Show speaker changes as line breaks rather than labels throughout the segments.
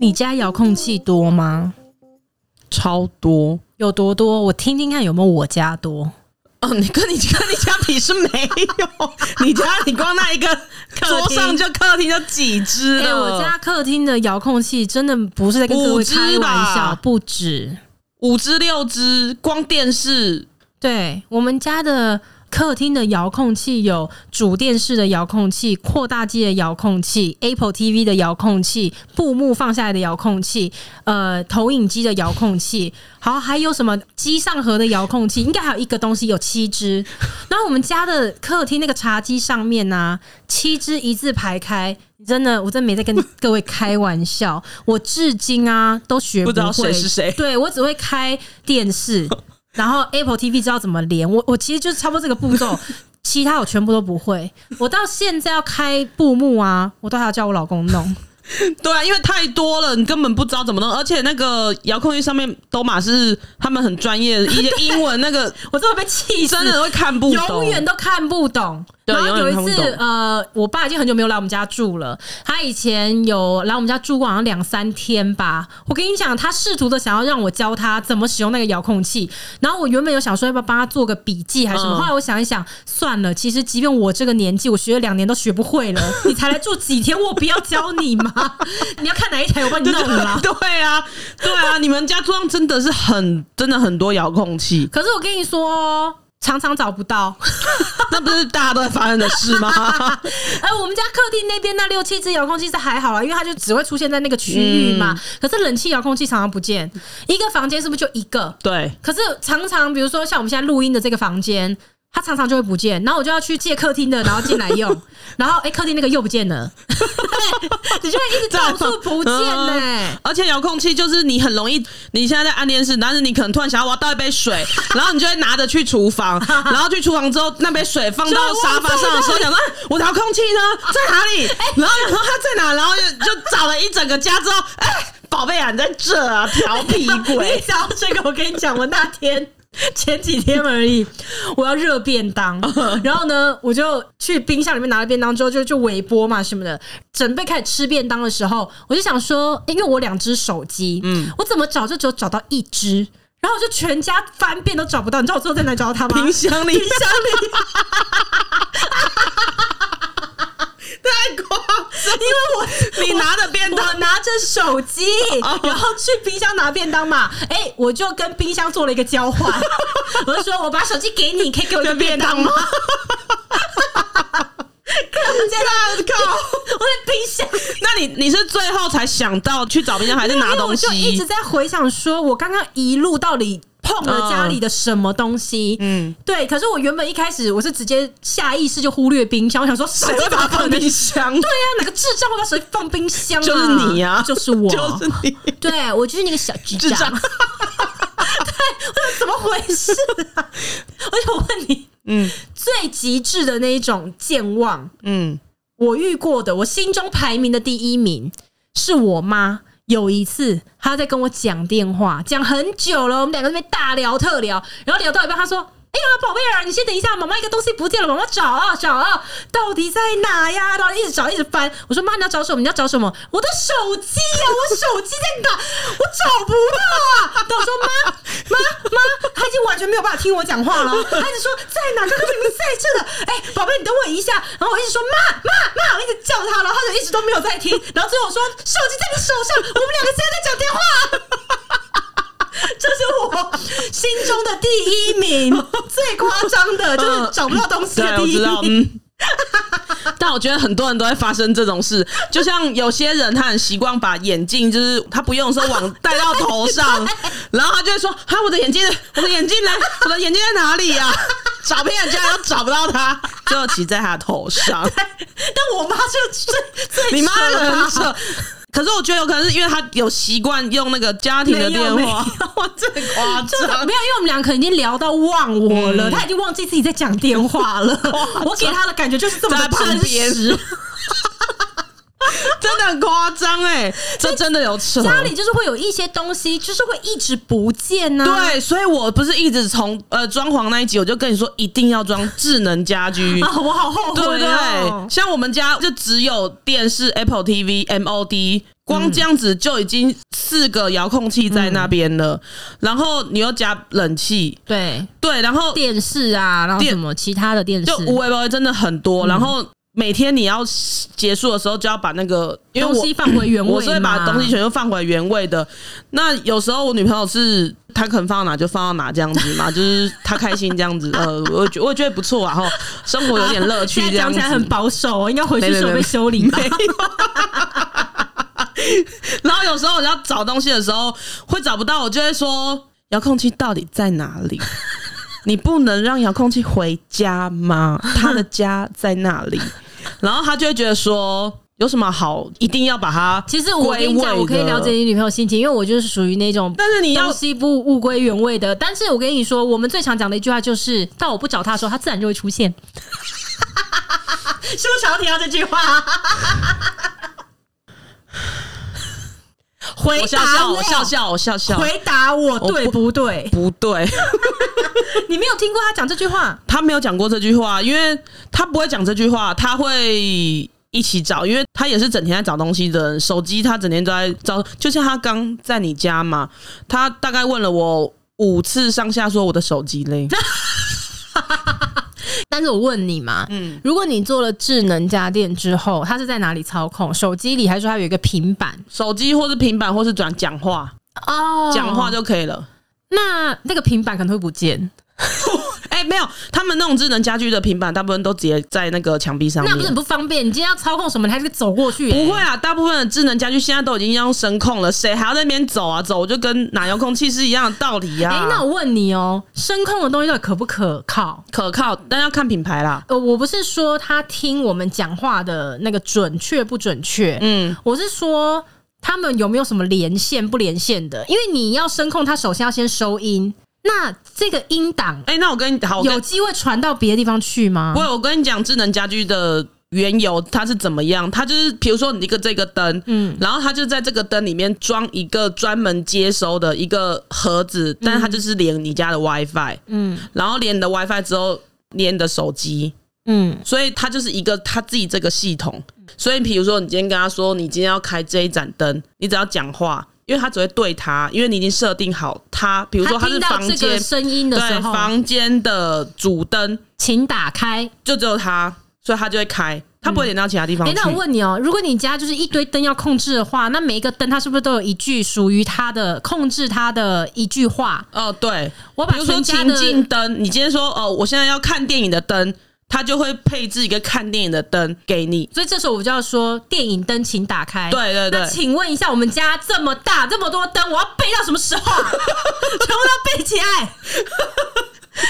你家遥控器多吗？
超多
有多多？我听听看有没有我家多。
哦！你跟你跟你家比是没有，你家你光那一个
客
桌
厅
上就客厅就几只
哎、
了，
我家客厅的遥控器真的不是在跟各
五
位
只
开玩
吧
笑，不止。
五只六只，光电视
对我们家的客厅的遥控器有主电视的遥控器、扩大机的遥控器、Apple TV 的遥控器、布幕放下来的遥控器、呃投影机的遥控器，好，还有什么机上盒的遥控器，应该还有一个东西有七只。然后我们家的客厅那个茶几上面呢、七只一字排开。真的，我真没在跟各位开玩笑。我至今啊都学
不知道
会
谁是谁，
对我只会开电视，然后 Apple TV 知道怎么连。我我其实就是差不多这个步骤，其他我全部都不会。我到现在要开布幕啊，我都还要叫我老公弄。
对啊，因为太多了，你根本不知道怎么弄，而且那个遥控器上面都马是他们很专业的一些英文，那 个
我真的被气死，
真的会看不懂，
永远都看不懂。
对
然后有一
永远看
次
不，
呃，我爸已经很久没有来我们家住了。他以前有来我们家住过，好像两三天吧。我跟你讲，他试图的想要让我教他怎么使用那个遥控器。然后我原本有想说要不要帮他做个笔记还是什么，
嗯
后来我想一想，算了，其实即便我这个年纪，我学了两年都学不会 了，你才来住几天，我不要教你吗？你要看哪一台，我帮你
对
弄了。
对 对啊，对啊，你们家桌上真的是很真的很多遥控器，
可是我跟你说哦，常常找不到。
那不是大家都在发生的事 吗？
哎、我们家客厅那边那六七只遥控器是还好啊啦，因为它就只会出现在那个区域嘛。可是冷气遥控器常常不见，一个房间是不是就一个？
对，
可是常常，比如说像我们现在录音的这个房间，它常常就会不见，然后我就要去借客厅的，然后进来用，然后哎、客厅那个又不见了， 你就会一直到处不见呢、
而且遥控器就是你很容易，你现在在按电视，但是你可能突然想要我要倒一杯水， 然后你就会拿着去厨房，然后去厨房之后那杯水放到沙发上 的时候，想说啊我的遥控器呢在哪里？
哎
然后然后它在哪？然后就就找了一整个家之后，哎、宝贝啊，你在这啊，调皮
你
鬼！
讲到这个， 我跟你讲，我那天前几天而已，我要热便 当，然后呢，我就去冰箱里面拿了便当之后，就就微波嘛什么的，准备开始吃便当的时候，我就想说，因为我两只手机，嗯，我怎么找就只有找到一只，然后我就全家翻遍都找不到，你知道我最后在哪里找到它吗？
冰箱
冰箱
里
里，
太夸张，因 为我你拿着便当
我拿着手机，
哦
然后去冰箱拿便当嘛。哎、我就跟冰箱做了一个交 换，我就说我把手机给你，可以给我一个
的
便
便
当
当
吗
吗？？
看不见
靠！
我在冰箱。
那你你是最后才想到去找冰箱，还是
因
拿
为我
东西
就？一直在回想，说我刚刚一路到底碰了家里的什么东西？嗯
嗯，
对。可是我原本一开始我是直接下意识就忽略冰箱，我想说手
谁
机
会
怎么
把它
可
放
能？
冰
对
箱？
啊，哪个智障会把手机放冰箱、啊？
就是你啊
就是我，
就是你。
对我就是那个小智
智
障。
障
对，我想怎么回事、啊？ 我想问你，
嗯
最极致的那一种健忘，
嗯，
我遇过的，我心中排名的第一名是我妈。有一次，她在跟我讲电话，讲很久了，我们两个在那边大聊特聊，然后聊到一半，她说：“哎呀，宝贝儿，你先等一下，妈妈一个东西不见了，妈妈找啊找啊，到底在哪呀？”然后一直找，一直翻。我说：“妈，你要找什么？你要找什么？我的手机呀、我手机在哪？我找不到啊！”但我说：“妈，妈，妈，她已经完全没有办法听我讲 话了，她一直说在哪？刚刚明明在这的。哎、宝贝，你等我一下。”然后我一直说：“妈，妈，妈！”我一直叫她，然后她就一直都没有在听。然后最后我说：“手机在你手上，我们两个现在在讲电话。” 这是我心中的第一 名，最夸张的就是找不到东西
对
的，
我
第一
知道，
名。
嗯。 但我觉得很多人都会发生这种事，就像有些人他很习惯把眼镜，就是他不用的时候往戴到头 上，然后他就会说：“啊，我的眼镜，我的眼镜呢？我的眼镜在哪里呀、找遍了家都找不到它，最后骑在他的头 上。
但我妈就是最最
你妈
扯吧
很扯，可是我觉得有可能是因为他有习惯用那个家庭的
没有
电话，
我这
夸
真的
张
没。有，因为我们两个已经聊到忘我了，
嗯
他已经忘记自己在讲电 话了。我给他的感觉就是这么的
在旁
真
边
实，
真的很夸张哎，这真的有扯。
家里就是会有一些东西，就是会一直不见啊呐、
对，所以我不是一直从呃装潢那一集，我就跟你说一定要装智能家 居。
啊，我好后悔、
对不
哦
对？。像我们家就只有电视、Apple TV、MOD，光这样子就已经四个遥控器在那边了。然后你又加冷气，
对
对，然后
电视啊，然后
电
什么其他的电视，
就无微不微真的很多。然后每天你要结束的时候，就要把那个因为
东
我
西放回原位嘛，
我是会把东西全部放回原位的。那有时候我女朋友是她肯放到哪就放到哪这样子嘛，就是她开心这样子。呃，我觉我觉得不错啊，哈，生活有点乐趣
现
这
在
样
讲
子
起来。很保守哦，应该回去
没没
手
没
被修理吧。
然后有时候我要找东西的时候会找不到，我就会说遥控器到底在哪里？ 你不能让遥控器回家吗？他的家在那里，然后他就会觉得说有什么好一定要把它
其实我跟你
归
讲，
位
我可以
的
了解你女朋友心情，因为我就是属于那种
但是你要
东西不物归原位的。但是我跟你说，我们最常讲的一句话就是：到我不找他的时候，他自然就会出现。 是不是常常听到这句 话？回
我笑
答
笑，我笑笑，我笑笑，
回答我
我
对不对？
不对，
你没有听过他讲这句话？
他没有讲过这句话，因为他不会讲这句话，他会。一起找，因为他也是整天在找东西的人，手机他整天都在找，就像他刚在你家嘛，他大概问了我五次上下，说我的手机 嘞，
但是我问你嘛，嗯，如果你做了智能家电之后，它是在哪里操控？手机里还是说它有一个平板？
手机或是平板或是转讲话，
哦
讲话就可以了。
那那个平板可能会不见，
哎、没有，他们那种智能家居的平板，大部分都直接在那个墙壁上
那不是很
面。
不方便？你今天要操控什么，你还是走过去、
不会啊，大部分的智能家居现在都已经要声控了，谁还要在那边走啊走？就跟拿遥控器是一样的道理呀、
哎、那我问你哦，声控的东西到底可不可靠？
可靠，但要看品牌啦。
呃，我不是说他听我们讲话的那个准确不准确，
嗯，
我是说他们有没有什么连线不连线的？因为你要声控，它首先要先收音，那这个音档
哎、那我跟你好，我跟
有机会传到别的地方去吗
不？会，我跟你讲智能家居的缘由，它是怎么样？它就是比如说你一个这个灯，
嗯
嗯，然后它就在这个灯里面装一个专门接收的一个盒子，但它就是连你家的 WiFi，
嗯
然后连你的 WiFi 之后连你的手机，
嗯，
所以它就是一个它自己这个系统。所以比如说你今天跟他说你今天要开这一盏灯，你只要讲话。因为他只会对他，因为你已经设定好他，比如说
他
他
听
是
到
房
这个
间，
声音的时
对
候，
房间的主灯，
请打开。
就只有他，所以他就会开，他不会连到其他地方
哎、
去。
那我问你哦，如果你家就是一堆灯要控制的话，那每一个灯它是不是都有一句属于它的控制它的一句话？
哦，对，
我把
比如说
全家
情
的
境灯，你今天说哦，我现在要看电影的灯，他就会配置一个看电影的灯给你。
所以这时候我就要说，电影灯请打开。
对对对
哎那请问一下，我们家这么大这么多灯，我要背到什么时候？啊 全部都背起 来，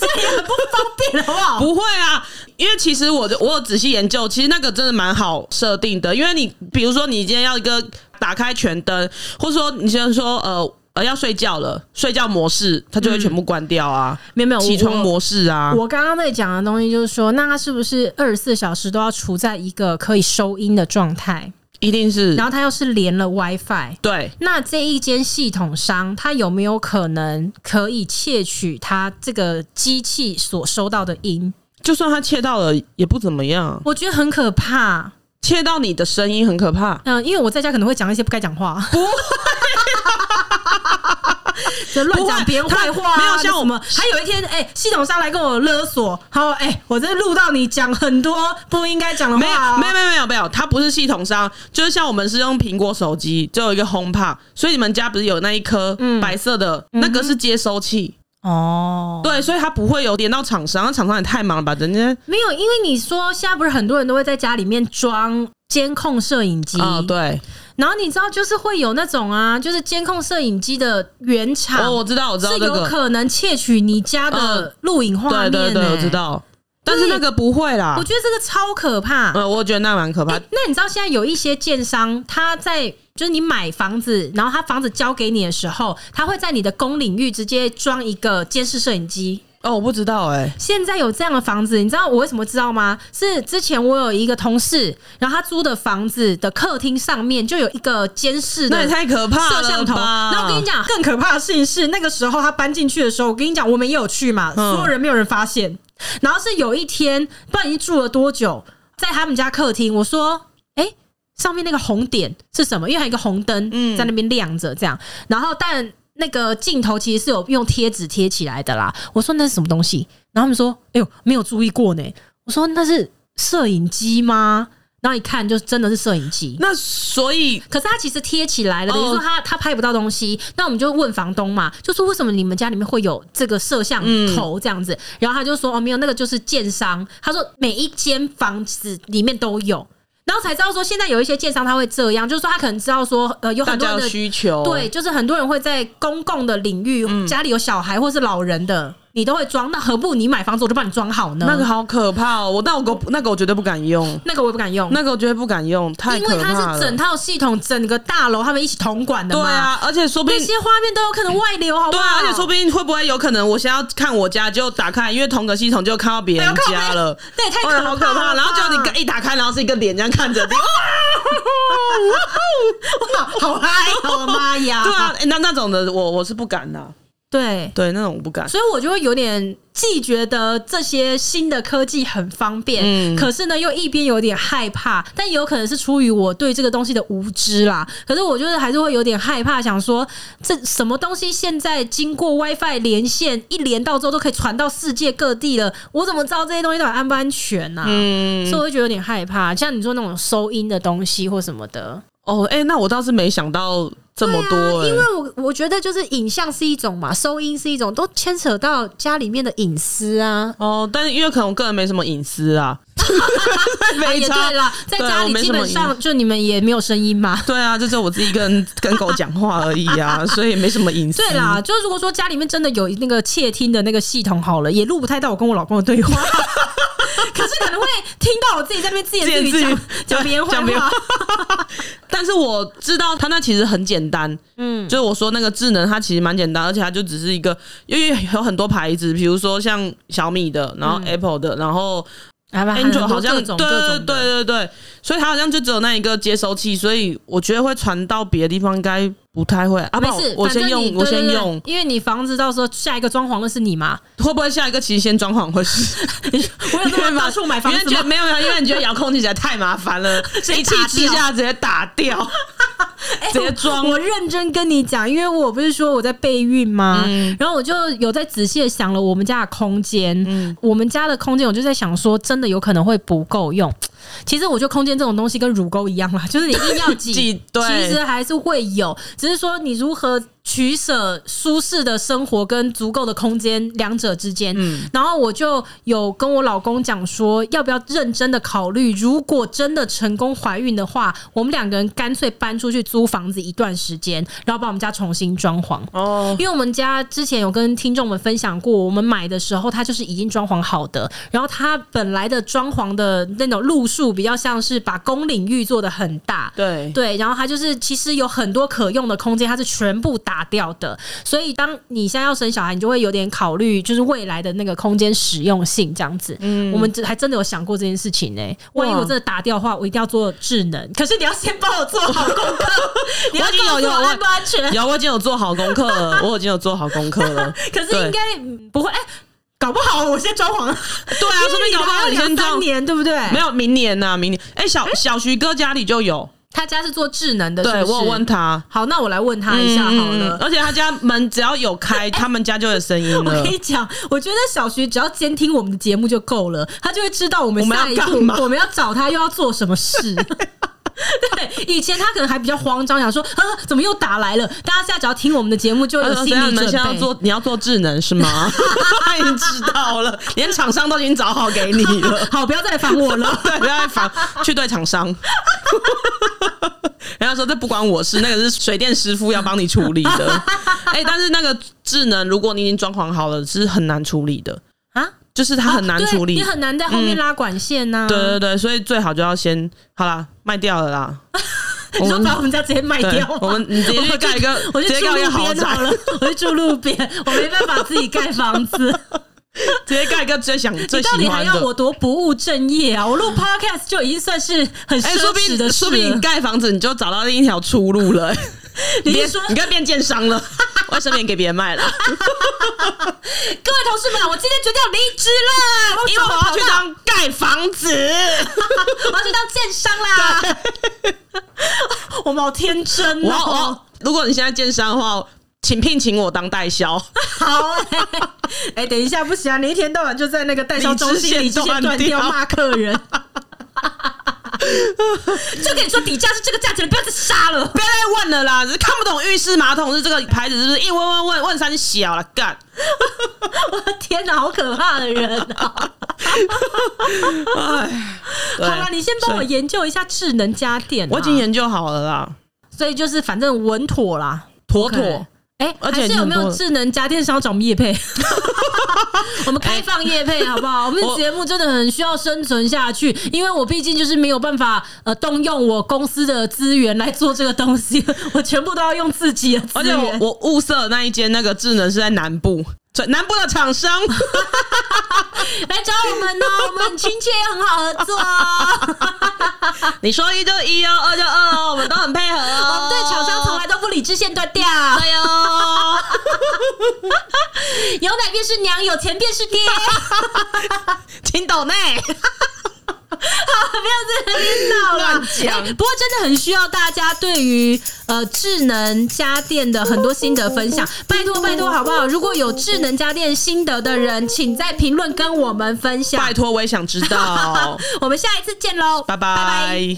这样也很不方便，好不好？
不会啊，因为其实我就我有仔细研究，其实那个真的蛮好设定的，因为你比如说你今天要一个打开全灯，或者说你先说呃。呃，要睡觉了，睡觉模式它就会全部关掉啊，
没有没有，
起床
嗯我
模式啊，
我刚刚在讲的东西就是说，那它是不是二十四小时都要处在一个可以收音的状态？
一定是
然后它又是连了 WiFi，
对，
那这一间系统商，它有没有可能可以窃取它这个机器所收到的音？
就算他切到了也不怎么样，
我觉得很可怕。
切到你的声音很可怕。
嗯，因为我在家可能会讲一些不该讲话，不会，就乱讲别人坏话啊、
他没有像我们
那什么还有一天，哎、系统上来跟我勒索，好，哎、我这录到你讲很多不应该讲的
没
话、啊，
有，没有，没有，没有，没有，它不是系统商，就是像我们是用苹果手机，就有一个 HomePod，所以你们家不是有那一颗
嗯
白色的，那个是接收器，
哦，
对，所以它不会有连到厂商，那厂商也太忙了吧，人家
没有，因为你说现在不是很多人都会在家里面装监控摄影机，
啊、对，
然后你知道，就是会有那种啊，就是监控摄影机的原厂，
哦，我知道，我知道
是
这
有
个，
可能窃取你家的录影画
对
面、
对对，
欸
我知。道，但是那个不会啦
我，觉得这个超可怕。
呃，我觉得那蛮可怕
欸，那你知道现在有一些建商，他在就是你买房子，然后他房子交给你的时候，他会在你的公领域直接装一个监视摄影机。
哦，我不知道哎、
现在有这样的房子，你知道我为什么知道吗？是之前我有一个同事，然后他租的房子的客厅上面就有一个监视的
那也太可怕了吧
摄像头。那我跟你讲，更可怕的事情是，那个时候他搬进去的时候，我跟你讲，我们也有去嘛，
嗯
所有人没有人发现。然后是有一天，不知道已经住了多久，在他们家客厅，我说：“哎、上面那个红点是什么？因为还有一个红灯
嗯
在那边亮着，这样。然后但那个镜头其实是有用贴纸贴起来的啦。我说那是什么东西？然后他们说：“哎呦，没有注意过呢。”我说：“那是摄影机吗？”然后一看，就真的是摄影机。
那所以
可是它其实贴起来了，等于
哦
说它它拍不到东西。那我们就问房东嘛，就说为什么你们家里面会有这个摄像头这样
嗯
子？然后他就说哦，没有，那个就是建商。他说每一间房子里面都有。然后才知道说，现在有一些建商他会这样，就是说他可能知道说，呃，有
大
很多
家
人
有
的
需求，
对，，就是很多人会在公共的领域，
嗯
家里有小孩或是老人的，你都会装。那何不你买房子我就帮你装好呢？
那个好可怕哦！我那我那个我绝对不敢用，
那个我也不敢用，
那个我绝对不敢用，太
因
可怕
为
了。
它是整套系统、整个大楼他们一起统管的
对
嘛。
啊，而且说不
那
定
些画面都有可能外流，好不
对
好？
啊，而且说不定会不会有可能，我现在要看我家，就打开，因为同个系统就看到别人家了，
那也太
哇，好
可
可怕！
怕了吧。
然后就你一打开，然后是一个脸这样看着你，哇，
哇，好嗨 哦，妈呀！
对啊，，诶那那种的我我是不敢的，
对，
对，那种我不敢。
所以我就会有点既觉得这些新的科技很方便，
嗯
可是呢又一边有点害怕，但也有可能是出于我对这个东西的无知啦。可是我觉得还是会有点害怕，想说这什么东西现在经过 WiFi 连线一连到之后都可以传到世界各地了，我怎么知道这些东西到底安不安全呢、
嗯，
所以我会觉得有点害怕，像你说那种收音的东西或什么的，
哦，哎、那我倒是没想到这么多、
对啊
诶
因为我我觉得就是影像是一种嘛，收音是一种，都牵扯到家里面的隐私啊。
哦，但是因为可能我个人没什么隐私啊，
啊
没
也
差
对啦，在
对
家
我
里
没
基
什么
本上就你们也没有声音嘛。
对啊，这是我自己跟跟狗讲话而已 啊，所以没什么隐私。
对啦，就如果说家里面真的有那个窃听的那个系统好了，也录不太到我跟我老公的对话， 可是可能会听到我自己在那边自言 自
自
语
言自语
讲讲别人
讲
坏
别人
话。
但是我知道它那其实很简单，
嗯，
就是我说那个智能，它其实蛮简单，而且它就只是一个，因为有很多牌子，比如说像小米的，然
嗯
后 Apple 的，然后
啊不然还有
Android 好像
各
对
种
对
各
对
种的
对对，所以它好像就只有那一个接收器，所以我觉得会传到别的地方应该不太会啊。不
没
然
事，
我
反
先
正你
用，我
对
先
对对
用，
因为你房子到时候下一个装潢的是你嘛。
会不会下一个其实先装潢会是？
我有 那
因为
么到处 买房
因为
子
觉得
吗？
没有没有，因为你觉得遥控器实在太麻烦 了，一气之下直接打 掉，哎直接装
哎我认真跟你讲，因为我不是说我在备孕吗？
嗯
然后我就有在仔细的想了我们家的空间，
嗯
我们家的空间，我就在想说，真的有可能会不够用。其实我觉得空间这种东西跟乳沟一样啦，就是你硬要 挤，
挤对
其实还是会有，只是说你如何取舍舒适的生活跟足够的空间两者之间。
嗯
然后我就有跟我老公讲说，要不要认真的考虑，如果真的成功怀孕的话，我们两个人干脆搬出去租房子一段时间，然后把我们家重新装潢。
哦，
因为我们家之前有跟听众们分享过，我们买的时候它就是已经装潢好的，然后它本来的装潢的那种路数比较像是把公领域做的很大。
对，
对，然后它就是其实有很多可用的空间，它是全部打掉的。所以当你现在要生小孩，你就会有点考虑，就是未来的那个空间使用性这样子。嗯，我们这还真的有想过这件事情呢、万一
哇
我真的打掉的话，我一定要做智能。可是你要先帮我做好功 课，你要
我已经有
告诉
有
我
我
安不安全？
有，我已经有做好功课 了，我已经有做好功课了。
可是应该嗯不会，哎、搞不好我先装潢，
对啊，说
因为
明
你
搞不
还
好
要
你先
两三
装。
年，对不对？
没有，明年呐、明年。哎、小小徐哥家里就有，
他家是做智能的，
对
是不是
我有问。嗯他
好，那我来问他一下好了。
而且他家门只要有开，他们家就有声音
我
了
跟。你讲，我觉得小徐只要监听我们的节目就够了，他就会知道我们
我们要
下一步
干嘛
我们要找他又要做什么 事。对，以前他可能还比较慌张，想说啊，怎么又打来了？大家现在只要听我们的节目，就
他
有
说：“
心
怎样？
理
啊你们
准
现在要
备。
做，你要做智能是 吗？我已经知道了，连厂商都已经找好给你了。
好，不要再烦我 了。
对，不要再烦，去对厂商。人家说这不关我事，那个是水电师傅要帮你处理的。哎、但是那个智能，如果你已经装潢好了，是很难处理的，
啊，
就是它很难
对
处理。嗯
你很难在后面拉管线啊呐、
对对对，所以最好就要先好啦，卖掉了啦。
你说把我们家直接卖
对
掉吗，
我们你直接去盖一个，
我
直
就
接
住
盖一个
路
豪
边
宅
好。了，我就住路边，我没办法自己盖房子。
直接盖一个最想最
你到
喜
底还
欢
要
的。
我多不务正业啊？我录 podcast 就已经算是很
哎、
奢
说不
侈的
定
事
说
了。
不定你盖房子你就找到另一条出路了、
你
变
是说啊
你该变建商了， 卫生棉给别人卖了，
各位同事们，我今天决定要离职了，啊
因为我要去
找
当盖房子。
我要去当建商啦。哦我们好天真
我要我
哦。
要，如果你现在建商的话，请聘请我当代销，
好哎、哎、等一下，不行啊！你一天到晚就在那个代销中心
理
理
直
直线
线断
断
掉
掉骂客人， 就跟你说底价是这个价钱，你不要再杀了。
不要再问了啦，只是看不懂浴室马桶是这个牌子是不是？一问问问问三小了，干。
我的天哪，好可怕的人啊！
好哎
好了，你先帮我
研，
研究一下智能家电啊、
我已经研究好了啦，
所以就是反正稳妥啦，
妥妥。
OK 哎、
而且
还是有没
很
有
多
智能家电商找我们业 配？我们开放业配好不好？我们
哎我
节目真的很需要生存下去，因为我毕竟就是没有办法呃动用我公司的资源来做这个东西， 我全部都要用自己的资
而且我
源。
我物色的那一间那个智能是在南部，在南部的 厂商，
来找我们 呢、我们很亲切，很好合作哦。
你说一就一哦，二就二哦，我们都很配合
我
哦。
们对厂商从来都不理智线断掉，
对哦，
有奶便是娘，有钱便是爹。
请抖内，
不要在那边闹了
乱讲
哎不过真的很需要大家对于呃智能家电的很多心得分享，拜托拜托好不好？如果有智能家电心得的人，请在评论跟我们分享
拜。托，我也想知道，
我们下一次见喽，
拜拜。